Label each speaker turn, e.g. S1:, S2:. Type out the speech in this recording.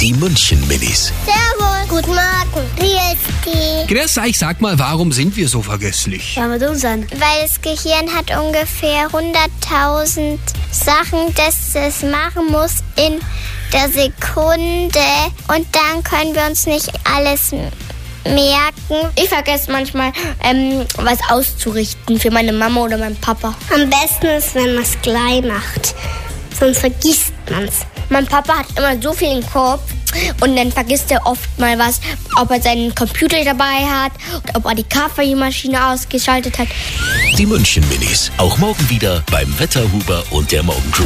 S1: Die München Minis.
S2: Servus. Guten Morgen. Wie ist die?
S3: Grüß euch, sag mal, warum sind wir so vergesslich?
S4: Ja, mit unseren.
S2: Weil das Gehirn hat ungefähr 100.000 Sachen, das es machen muss in der Sekunde. Und dann können wir uns nicht alles m- merken.
S4: Ich vergesse manchmal, ähm, was auszurichten für meine Mama oder meinen Papa.
S2: Am besten ist, wenn man es gleich macht. Sonst vergisst man es.
S4: Mein Papa hat immer so viel im Kopf und dann vergisst er oft mal was, ob er seinen Computer dabei hat, ob er die Kaffeemaschine ausgeschaltet hat.
S1: Die München Minis. Auch morgen wieder beim Wetterhuber und der Morgencrew.